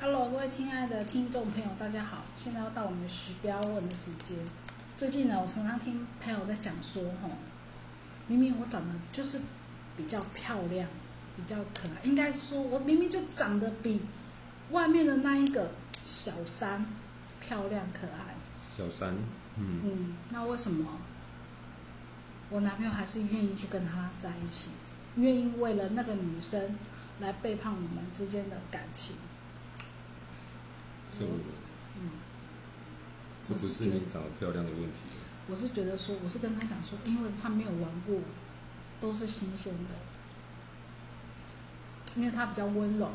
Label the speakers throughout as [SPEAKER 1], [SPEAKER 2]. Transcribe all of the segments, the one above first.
[SPEAKER 1] Hello，各位亲爱的听众朋友，大家好！现在要到我们的十标问的时间。最近呢，我常常听朋友在讲说，吼，明明我长得就是比较漂亮，比较可爱，应该说我明明就长得比外面的那一个小三漂亮可爱。
[SPEAKER 2] 小三，嗯，
[SPEAKER 1] 嗯，那为什么我男朋友还是愿意去跟她在一起，愿意为了那个女生来背叛我们之间的感情？
[SPEAKER 2] 这
[SPEAKER 1] 我嗯，
[SPEAKER 2] 这
[SPEAKER 1] 我
[SPEAKER 2] 不是
[SPEAKER 1] 觉得
[SPEAKER 2] 你长得漂亮的问题，
[SPEAKER 1] 我是觉得说，我是跟他讲说，因为他没有玩过，都是新鲜的，因为他比较温柔，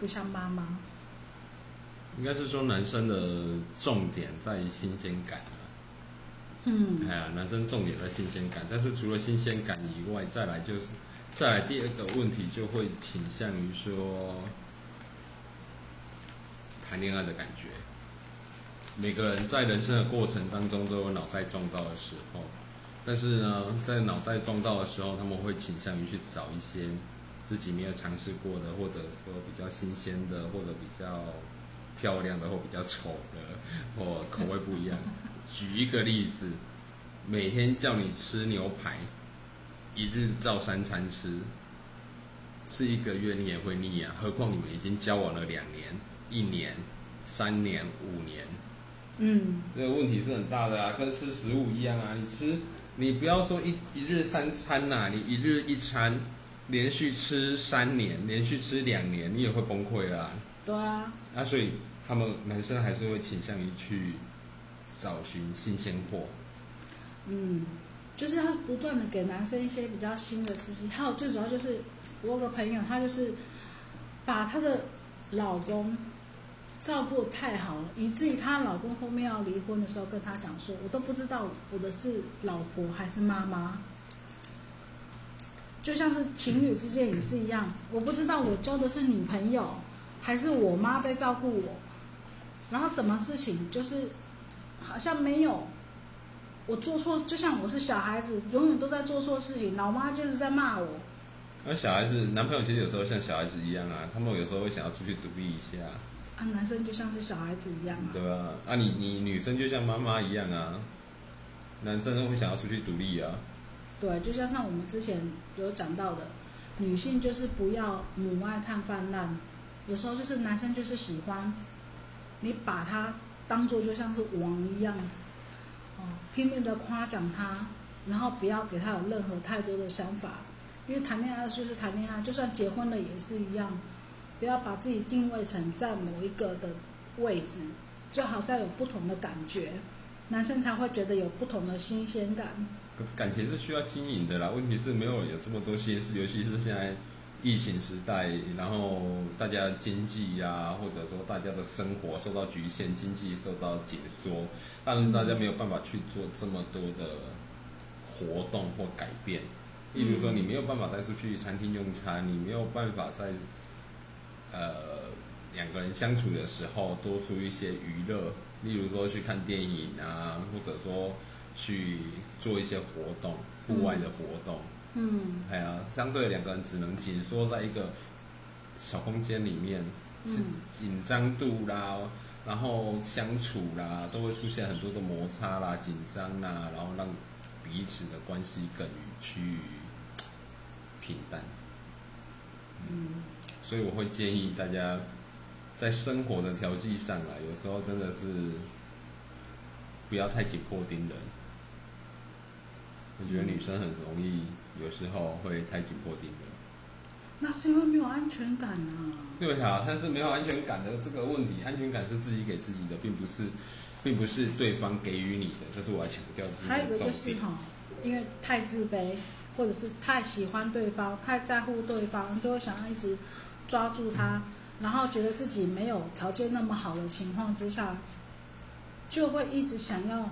[SPEAKER 1] 不像妈妈。
[SPEAKER 2] 应该是说男生的重点在于新鲜感啊。
[SPEAKER 1] 嗯
[SPEAKER 2] 哎呀，男生重点在新鲜感，但是除了新鲜感以外，再来就是，再来第二个问题就会倾向于说，谈恋爱的感觉。每个人在人生的过程当中都有脑袋撞到的时候，但是呢，在脑袋撞到的时候，他们会倾向于去找一些自己没有尝试过的，或者说比较新鲜的，或者比较漂亮的，或比较丑的，或口味不一样。举一个例子，每天叫你吃牛排，一日照三餐吃，吃一个月你也会腻啊。何况你们已经交往了两年、一年、三年、五年，
[SPEAKER 1] 嗯，
[SPEAKER 2] 这个问题是很大的啊，跟吃食物一样啊。你吃，你不要说一一日三餐呐、你一日一餐，连续吃三年，连续吃两年，你也会崩溃啦、
[SPEAKER 1] 对啊，
[SPEAKER 2] 那、所以他们男生还是会倾向于去找寻新鲜货。
[SPEAKER 1] 嗯，就是要不断的给男生一些比较新的刺激。还有最主要就是，我有个朋友，她就是把她的老公照顾得太好了，以至于她老公后面要离婚的时候，跟她讲说，我都不知道我的是老婆还是妈妈。就像是情侣之间也是一样，我不知道我交的是女朋友还是我妈在照顾我，然后什么事情就是好像没有我做错，就像我是小孩子，永远都在做错事情，老妈就是在骂我。
[SPEAKER 2] 那小孩子，男朋友其实有时候像小孩子一样啊，他们有时候会想要出去独立一下，
[SPEAKER 1] 啊，男生就像是小孩子一样啊。
[SPEAKER 2] 对吧？啊你，你女生就像妈妈一样啊，男生会想要出去独立啊，
[SPEAKER 1] 对，就像像我们之前有讲到的，女性就是不要母爱太泛滥，有时候就是男生就是喜欢，你把他当做就像是王一样，哦，拼命的夸奖他，然后不要给他有任何太多的想法，因为谈恋爱就是谈恋爱，就算结婚了也是一样，不要把自己定位成在某一个的位置，就好像有不同的感觉，男生才会觉得有不同的新鲜感。
[SPEAKER 2] 可感情是需要经营的啦。问题是没有有这么多心思，尤其是现在疫情时代，然后大家经济呀、或者说大家的生活受到局限，经济受到紧缩，但是大家没有办法去做这么多的活动或改变。例如说，你没有办法再出去餐厅用餐，你没有办法在呃两个人相处的时候多出一些娱乐，例如说去看电影啊，或者说去做一些活动，户外的活动。
[SPEAKER 1] 嗯。
[SPEAKER 2] 哎呀，相对两个人只能紧缩在一个小空间里面，
[SPEAKER 1] 嗯
[SPEAKER 2] 是紧张度啦，然后相处啦，都会出现很多的摩擦啦、紧张啦，然后让彼此的关系更趋趋于平淡。
[SPEAKER 1] 嗯
[SPEAKER 2] 所以我会建议大家在生活的调剂上啊，有时候真的是不要太紧迫盯人。我觉得女生很容易有时候会太紧迫盯人。，
[SPEAKER 1] 那是因为没有安全感啊。
[SPEAKER 2] 对啊，但是没有安全感的这个问题，安全感是自己给自己的，并不是，并不是对方给予你的，这是我要强调自己
[SPEAKER 1] 还有一
[SPEAKER 2] 的
[SPEAKER 1] 个
[SPEAKER 2] 重
[SPEAKER 1] 就是
[SPEAKER 2] 点。
[SPEAKER 1] 哈，因为太自卑，或者是太喜欢对方、太在乎对方，就会想要一直抓住他，然后觉得自己没有条件那么好的情况之下，就会一直想要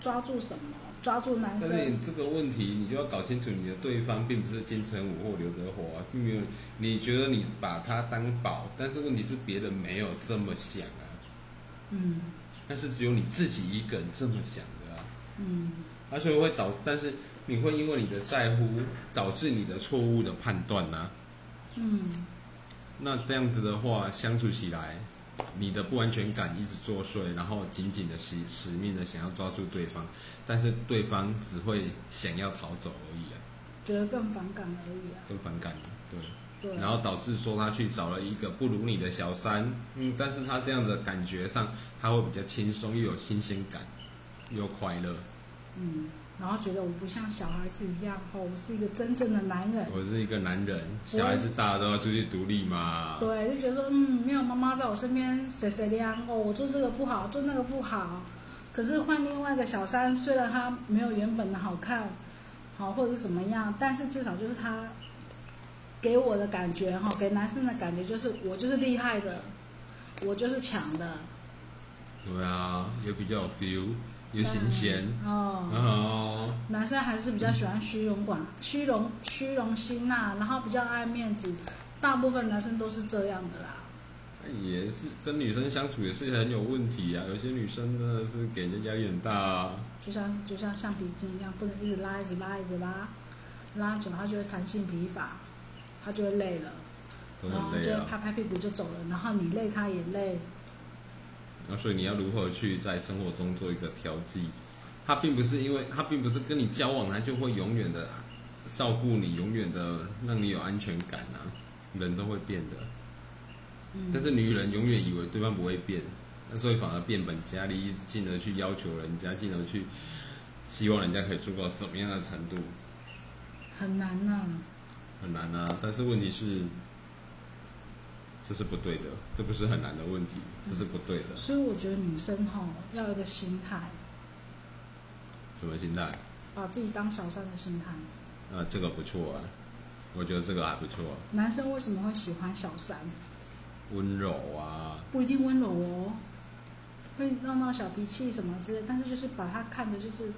[SPEAKER 1] 抓住什么，抓住男
[SPEAKER 2] 但是
[SPEAKER 1] 生
[SPEAKER 2] 你。这个问题，你就要搞清楚你的对方并不是金城武或刘德华，并没有你觉得你把他当宝，但是问题是别人没有这么想啊，
[SPEAKER 1] 嗯
[SPEAKER 2] 但是只有你自己一个人这么想的啊，
[SPEAKER 1] 嗯
[SPEAKER 2] 而且会导，但是你会因为你的在乎导致你的错误的判断呐、啊，
[SPEAKER 1] 嗯，
[SPEAKER 2] 那这样子的话相处起来你的不安全感一直作祟，然后紧紧的使使命的想要抓住对方，但是对方只会想要逃走而已啊，
[SPEAKER 1] 觉得更反感而已啊。
[SPEAKER 2] 更反感了对。
[SPEAKER 1] 对啊，
[SPEAKER 2] 然后导致说他去找了一个不如你的小三，嗯，但是他这样的感觉上，他会比较轻松，又有新鲜感，又快乐。
[SPEAKER 1] 嗯，然后觉得我不像小孩子一样，哦，我是一个真正的男人。
[SPEAKER 2] 我是一个男人，小孩子大了都要出去独立嘛，
[SPEAKER 1] 对，就觉得说嗯，没有妈妈在我身边，谁谁的呀？哦，我做这个不好，做那个不好。可是换另外一个小三，虽然他没有原本的好看，好或者是怎么样，但是至少就是他给我的感觉哈，给男生的感觉就是我就是厉害的，我就是强的，
[SPEAKER 2] 对啊，也比较有 feel，又新鲜，
[SPEAKER 1] 哦。
[SPEAKER 2] 哦，
[SPEAKER 1] 男生还是比较喜欢虚荣感、虚荣、虚荣心呐、然后比较爱面子，大部分男生都是这样的啦。
[SPEAKER 2] 也是跟女生相处也是很有问题啊，有些女生真的是给人家压力很大、啊，
[SPEAKER 1] 就像就像橡皮筋一样，不能一直拉，一直拉，一直拉，拉久了它就会弹性疲乏，它就会累了，
[SPEAKER 2] 都
[SPEAKER 1] 然后
[SPEAKER 2] 很累
[SPEAKER 1] 就会
[SPEAKER 2] 啊。
[SPEAKER 1] 拍拍屁股就走了，然后你累它也累，
[SPEAKER 2] 那所以你要如何去在生活中做一个调剂？他并不是因为他并不是跟你交往，他就会永远的照顾你，永远的让你有安全感啊。人都会变的，
[SPEAKER 1] 嗯，
[SPEAKER 2] 但是女人永远以为对方不会变，那所以反而变本加厉，一直进而去要求人家，进而去希望人家可以做到什么样的程度，
[SPEAKER 1] 很难啊呐、
[SPEAKER 2] 很难啊。但是问题是，这是不对的，这不是很难的问题，这是不对的。
[SPEAKER 1] 所以我觉得女生吼要有一个心态，
[SPEAKER 2] 什么心态？
[SPEAKER 1] 把自己当小三的心态。
[SPEAKER 2] 啊，这个不错啊，我觉得这个还不错、啊
[SPEAKER 1] 男生为什么会喜欢小三？
[SPEAKER 2] 温柔啊，
[SPEAKER 1] 不一定温柔哦，会闹闹小脾气什么之类，但是就是把他看的就是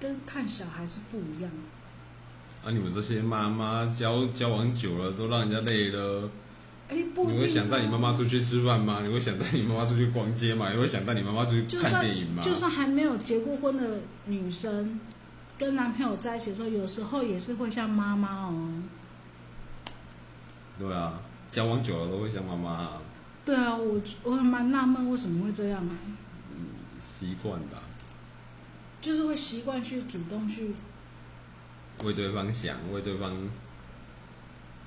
[SPEAKER 1] 跟看小孩是不一样的。
[SPEAKER 2] 啊，你们这些妈妈交交往久了都让人家累了，
[SPEAKER 1] 哎，
[SPEAKER 2] 你
[SPEAKER 1] 不一定、啊。
[SPEAKER 2] 会想带你妈妈出去吃饭吗？你会想带你妈妈出去逛街吗？你会想带你妈妈出去
[SPEAKER 1] 就
[SPEAKER 2] 看
[SPEAKER 1] 算
[SPEAKER 2] 电影吗？
[SPEAKER 1] 就算还没有结过婚的女生，跟男朋友在一起的时候，有时候也是会像妈妈哦。
[SPEAKER 2] 对啊，交往久了都会像妈妈、啊、
[SPEAKER 1] 对啊，我我还蛮纳闷为什么会这样哎、
[SPEAKER 2] 习惯吧，
[SPEAKER 1] 就是会习惯去主动去，
[SPEAKER 2] 为对方想，为对方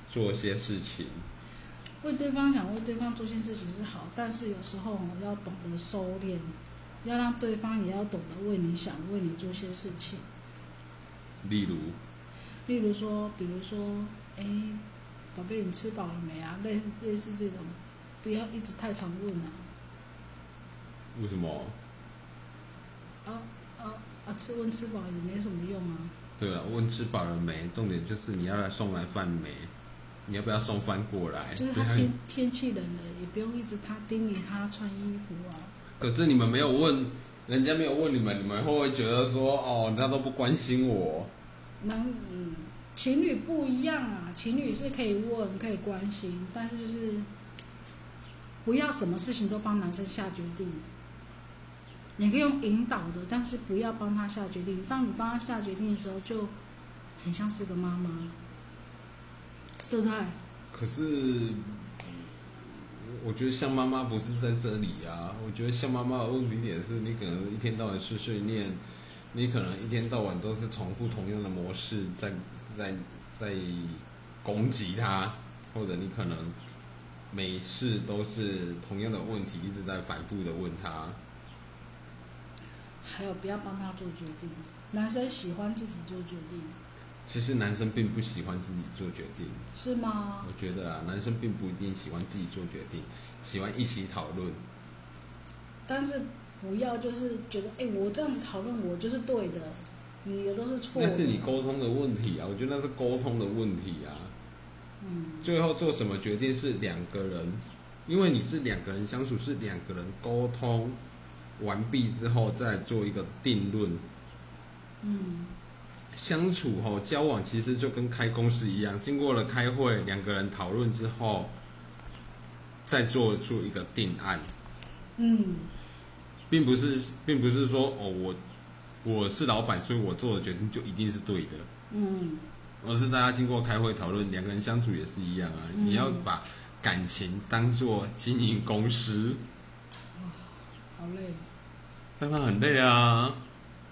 [SPEAKER 2] 做些事情，
[SPEAKER 1] 为对方想，为对方做些事情是好，但是有时候哦要懂得收敛，要让对方也要懂得为你想，为你做些事情。
[SPEAKER 2] 例如
[SPEAKER 1] 例如说，比如说，哎，宝贝，你吃饱了没啊？类似类似这种，不要一直太常问啊了、
[SPEAKER 2] 为什么？
[SPEAKER 1] 啊啊啊！吃温吃饱也没什么用啊。
[SPEAKER 2] 对啊，问吃饱了没？重点就是你要来送来饭没？你要不要送饭过来？
[SPEAKER 1] 就是
[SPEAKER 2] 对
[SPEAKER 1] 他
[SPEAKER 2] 啊
[SPEAKER 1] 天天气冷了，也不用一直他叮咛他穿衣服啊。
[SPEAKER 2] 可是你们没有问，人家没有问你们，你们会不会觉得说，哦，他都不关心我？
[SPEAKER 1] 那嗯，情侣不一样啊，情侣是可以问可以关心，但是就是不要什么事情都帮男生下决定。你可以用引导的，但是不要帮他下决定。当你帮他下决定的时候，就很像是个妈妈，对不对？
[SPEAKER 2] 可是，嗯我觉得像妈妈不是在这里啊。我觉得像妈妈的问题点是你可能一天到晚碎碎念，你可能一天到晚都是重复同样的模式在在在攻击他，或者你可能每次都是同样的问题一直在反复的问他。
[SPEAKER 1] 还有不要帮他做决定，男生喜欢自己做决定，
[SPEAKER 2] 其实男生并不喜欢自己做决定。
[SPEAKER 1] 是吗？
[SPEAKER 2] 我觉得啊，男生并不一定喜欢自己做决定，喜欢一起讨论。
[SPEAKER 1] 但是不要就是觉得，哎、我这样子讨论我就是对的，你的都是错的。
[SPEAKER 2] 那是你沟通的问题啊，我觉得那是沟通的问题啊。
[SPEAKER 1] 嗯，
[SPEAKER 2] 最后做什么决定是两个人，因为你是两个人相处，是两个人沟通完毕之后再做一个定论。
[SPEAKER 1] 嗯
[SPEAKER 2] 相处吼、交往其实就跟开公司一样，经过了开会，两个人讨论之后，再做出一个定案。
[SPEAKER 1] 嗯，
[SPEAKER 2] 并不是，并不是说哦，我我是老板，所以我做的决定就一定是对的，
[SPEAKER 1] 嗯，
[SPEAKER 2] 而是大家经过开会讨论，两个人相处也是一样啊。
[SPEAKER 1] 嗯
[SPEAKER 2] 你要把感情当做经营公司，
[SPEAKER 1] 好累。
[SPEAKER 2] 当然很累啊。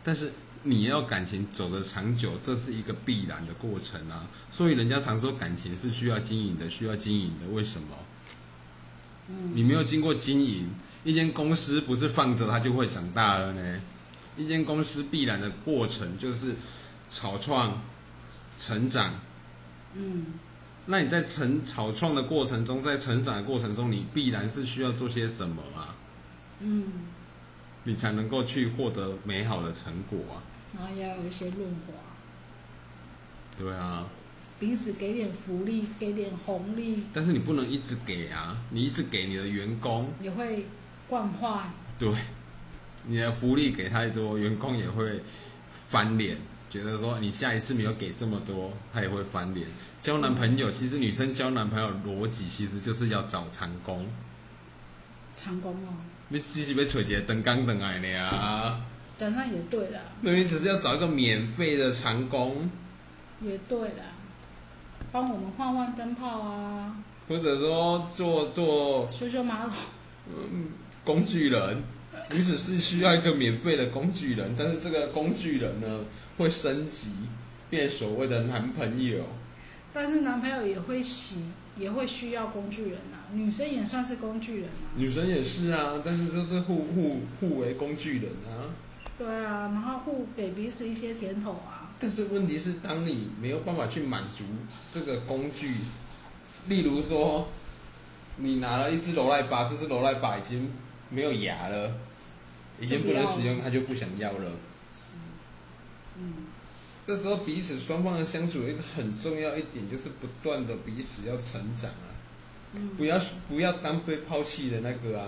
[SPEAKER 2] 但是你要感情走得长久，这是一个必然的过程啊。所以人家常说感情是需要经营的，需要经营的。为什么？你没有经过经营，一间公司不是放着它就会长大了呢。一间公司必然的过程就是草创、成长，
[SPEAKER 1] 嗯，
[SPEAKER 2] 那你在成草创的过程中，在成长的过程中，你必然是需要做些什么啊？
[SPEAKER 1] 嗯，
[SPEAKER 2] 你才能够去获得美好的成果啊？
[SPEAKER 1] 然后也要有一些润滑，
[SPEAKER 2] 对啊，
[SPEAKER 1] 彼此给点福利，给点红利，
[SPEAKER 2] 但是你不能一直给啊，你一直给你的员工，
[SPEAKER 1] 也会惯坏。
[SPEAKER 2] 对，你的福利给太多，员工也会翻脸，觉得说你下一次没有给这么多，他也会翻脸。交男朋友，其实女生交男朋友逻辑其实就是要找长工，
[SPEAKER 1] 长工哦，
[SPEAKER 2] 你只是被找一个灯刚灯来的啊。
[SPEAKER 1] 但那也对啦，
[SPEAKER 2] 那你只是要找一个免费的长工，
[SPEAKER 1] 也对啦，帮我们换换灯泡啊，
[SPEAKER 2] 或者说做做
[SPEAKER 1] 修修马桶。
[SPEAKER 2] 工具人，你只是需要一个免费的工具人，但是这个工具人呢会升级，变所谓的男朋友。
[SPEAKER 1] 但是男朋友也会洗，也会需要工具人啊，女生也算是工具人啊。
[SPEAKER 2] 女生也是啊，但是就是互互互为工具人啊。
[SPEAKER 1] 对啊，然后互给彼此一些甜头啊。
[SPEAKER 2] 但是问题是，当你没有办法去满足这个工具，例如说，你拿了一只罗赖巴，这只罗赖巴已经没有牙了，已经不能使用，他就不想要了。
[SPEAKER 1] 嗯，
[SPEAKER 2] 这时候彼此双方的相处有一个很重要一点，就是不断的彼此要成长啊，
[SPEAKER 1] 嗯
[SPEAKER 2] 不要不要当被抛弃的那个啊。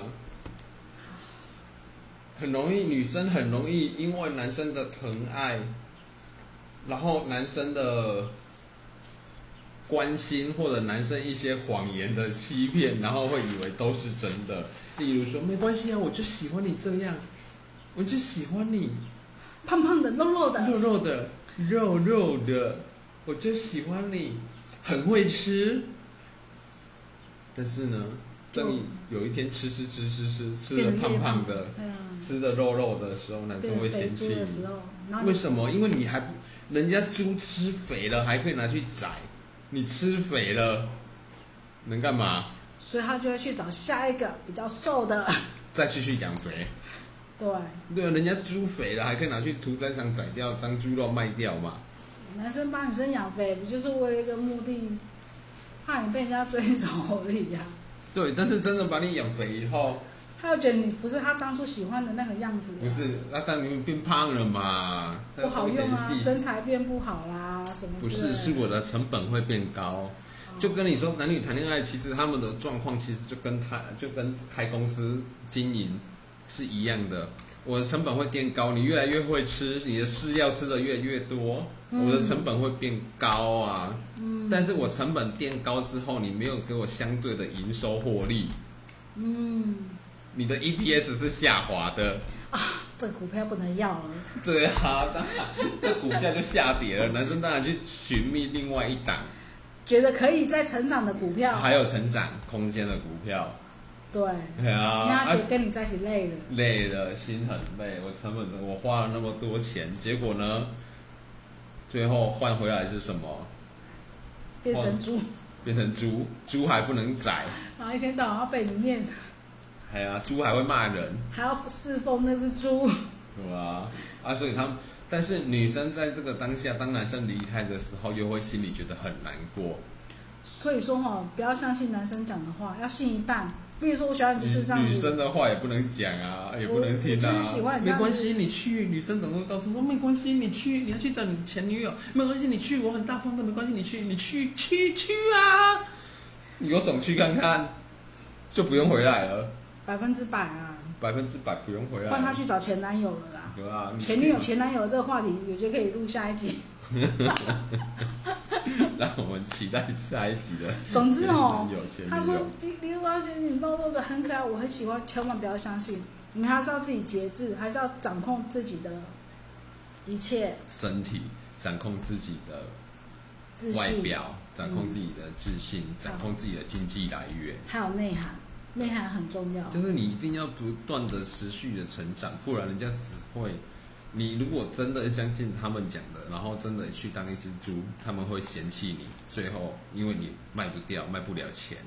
[SPEAKER 2] 很容易，女生很容易因为男生的疼爱，然后男生的关心或者男生一些谎言的欺骗，然后会以为都是真的。例如说，没关系啊，我就喜欢你这样，我就喜欢你，
[SPEAKER 1] 胖胖的、肉肉
[SPEAKER 2] 肉
[SPEAKER 1] 的，
[SPEAKER 2] 肉的，肉肉的，我就喜欢你，很会吃。但是呢，当你有一天吃吃吃吃吃吃的胖胖的，
[SPEAKER 1] 对啊，
[SPEAKER 2] 吃的肉肉的时候，男生会
[SPEAKER 1] 变肥
[SPEAKER 2] 嫌
[SPEAKER 1] 猪
[SPEAKER 2] 弃
[SPEAKER 1] 的时
[SPEAKER 2] 你。
[SPEAKER 1] 候，然后
[SPEAKER 2] 为
[SPEAKER 1] 你
[SPEAKER 2] 什么？因为你还不，人家猪吃肥了还可以拿去宰，你吃肥了能干嘛？
[SPEAKER 1] 所以他就会去找下一个比较瘦的。
[SPEAKER 2] 再继续养肥。
[SPEAKER 1] 对，
[SPEAKER 2] 对啊，人家猪肥了还可以拿去屠宰场宰掉当猪肉卖掉嘛。
[SPEAKER 1] 男生帮女生养肥，不就是为了一个目的，怕你被人家追走而已啊。
[SPEAKER 2] 对，但是真的把你养肥以后，
[SPEAKER 1] 他又觉得你不是他当初喜欢的那个样子、啊，
[SPEAKER 2] 不是，那当你变胖了嘛，
[SPEAKER 1] 不好用啊，
[SPEAKER 2] 那东西
[SPEAKER 1] 身材变不好啦，什么
[SPEAKER 2] 不
[SPEAKER 1] 之类
[SPEAKER 2] 是
[SPEAKER 1] 的
[SPEAKER 2] 是我的成本会变高。就跟你说，男女谈恋爱，其实他们的状况其实就跟他就跟开公司经营是一样的。我的成本会变高，你越来越会吃，你的饲料吃的越来越多，
[SPEAKER 1] 嗯
[SPEAKER 2] 我的成本会变高啊。嗯，但是我成本变高之后，你没有给我相对的营收获利，
[SPEAKER 1] 嗯。
[SPEAKER 2] 你的 EPS 是下滑的。
[SPEAKER 1] 这股票不能要了。
[SPEAKER 2] 对啊，当然，那股价就下跌了。男生当然去寻觅另外一档
[SPEAKER 1] 觉得可以再成长的股票，
[SPEAKER 2] 还有成长空间的股票。
[SPEAKER 1] 对，
[SPEAKER 2] 对啊，
[SPEAKER 1] 因为他
[SPEAKER 2] 啊
[SPEAKER 1] 觉得跟你在一起累了，
[SPEAKER 2] 累了，心很累。我成本我花了那么多钱，结果呢，最后换回来是什么？
[SPEAKER 1] 变成猪，
[SPEAKER 2] 变成猪，猪还不能宰，
[SPEAKER 1] 然后一天到晚要被你念，
[SPEAKER 2] 哎呀，猪还会骂人，
[SPEAKER 1] 还要侍奉那只猪。
[SPEAKER 2] 对吧？啊，所以他们，但是女生在这个当下，当男生离开的时候，又会心里觉得很难过。
[SPEAKER 1] 所以说哈、不要相信男生讲的话，要信一半。比如说我喜欢你就是这样
[SPEAKER 2] 女
[SPEAKER 1] 子，
[SPEAKER 2] 生的话也不能讲啊，也不能听
[SPEAKER 1] 我
[SPEAKER 2] 啊。
[SPEAKER 1] 就是喜欢你
[SPEAKER 2] 没关系，你去。女生总会告诉我，没关系，你去，你要去找你前女友，没关系，你去，我很大方的，没关系，你去，你去，去去啊！你有种去看看，就不用回来了，
[SPEAKER 1] 百分之百啊，
[SPEAKER 2] 百分之百不用回来了。
[SPEAKER 1] 换他去找前男友了啦。
[SPEAKER 2] 对啊，你去
[SPEAKER 1] 前女友、前男友这个话题，我觉得可以录下一集。
[SPEAKER 2] 让我们期待下一集的。
[SPEAKER 1] 总之哦
[SPEAKER 2] 有前，
[SPEAKER 1] 他
[SPEAKER 2] 女
[SPEAKER 1] 说
[SPEAKER 2] 友，
[SPEAKER 1] 你你我觉得你肉肉的很可爱，我很喜欢，千万不要相信，你还是要自己节制，还是要掌控自己的一切
[SPEAKER 2] 身体掌控自己的
[SPEAKER 1] 秩
[SPEAKER 2] 外
[SPEAKER 1] 序。
[SPEAKER 2] 表，掌
[SPEAKER 1] 嗯
[SPEAKER 2] 控自己的自信，掌控自己的经济来源。
[SPEAKER 1] 还有内涵，内涵很重要。
[SPEAKER 2] 就是你一定要不断的持续的成长，不然人家只会。你如果真的相信他们讲的，然后真的去当一只猪，他们会嫌弃你，最后因为你卖不掉，卖不了钱，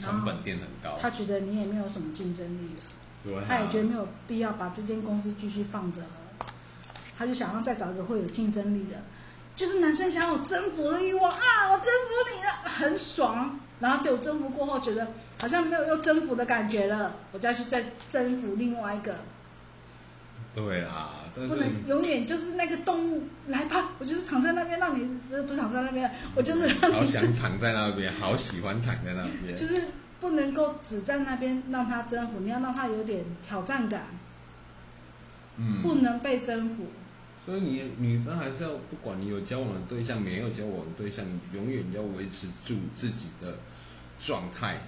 [SPEAKER 1] 然后
[SPEAKER 2] 成本变很高。
[SPEAKER 1] 他觉得你也没有什么竞争力了，
[SPEAKER 2] 对啊
[SPEAKER 1] 他也觉得没有必要把这间公司继续放着了，他就想要再找一个会有竞争力的，就是男生想有征服的欲望啊，我征服你了，很爽。然后结果征服过后，觉得好像没有又征服的感觉了，我就要去再征服另外一个，
[SPEAKER 2] 对啦，但是
[SPEAKER 1] 不能永远就是那个动物来吧，我就是躺在那边让你，不呃是不是躺在那边，我就是让
[SPEAKER 2] 好
[SPEAKER 1] 你
[SPEAKER 2] 想躺在那边，好喜欢躺在那边。
[SPEAKER 1] 就是不能够只在那边让他征服，你要让他有点挑战感，
[SPEAKER 2] 嗯，
[SPEAKER 1] 不能被征服。
[SPEAKER 2] 所以你女生还是要，不管你有交往的对象，没有交往的对象，你永远要维持住自己的状态，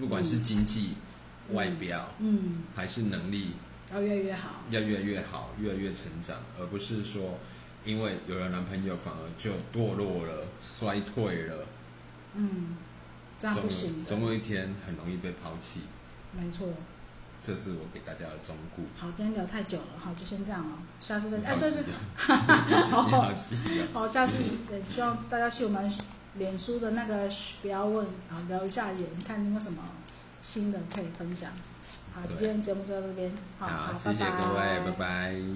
[SPEAKER 2] 不管是经济、
[SPEAKER 1] 嗯
[SPEAKER 2] 外表
[SPEAKER 1] 嗯，
[SPEAKER 2] 还是能力，
[SPEAKER 1] 要越来越好。
[SPEAKER 2] 要越来越好，越来越成长，而不是说因为有了男朋友反而就堕落了、衰退了，
[SPEAKER 1] 嗯，这样
[SPEAKER 2] 总
[SPEAKER 1] 不行
[SPEAKER 2] 有
[SPEAKER 1] 的
[SPEAKER 2] 总，有一天很容易被抛弃。
[SPEAKER 1] 没错。
[SPEAKER 2] 这是我给大家的忠告。
[SPEAKER 1] 好，今天聊太久了，好，就先这样哦，下次再
[SPEAKER 2] 你
[SPEAKER 1] 见。哎，
[SPEAKER 2] 好
[SPEAKER 1] 对
[SPEAKER 2] 急
[SPEAKER 1] 对，
[SPEAKER 2] 啊，
[SPEAKER 1] 好
[SPEAKER 2] 你好急啊！
[SPEAKER 1] 好，下次也希望大家去我们脸书的那个不要问啊，聊一下言，看有没有什么新的可以分享。好，
[SPEAKER 2] 对
[SPEAKER 1] 今天节目就到这边，好，
[SPEAKER 2] 好，
[SPEAKER 1] 好，
[SPEAKER 2] 谢谢各位，拜拜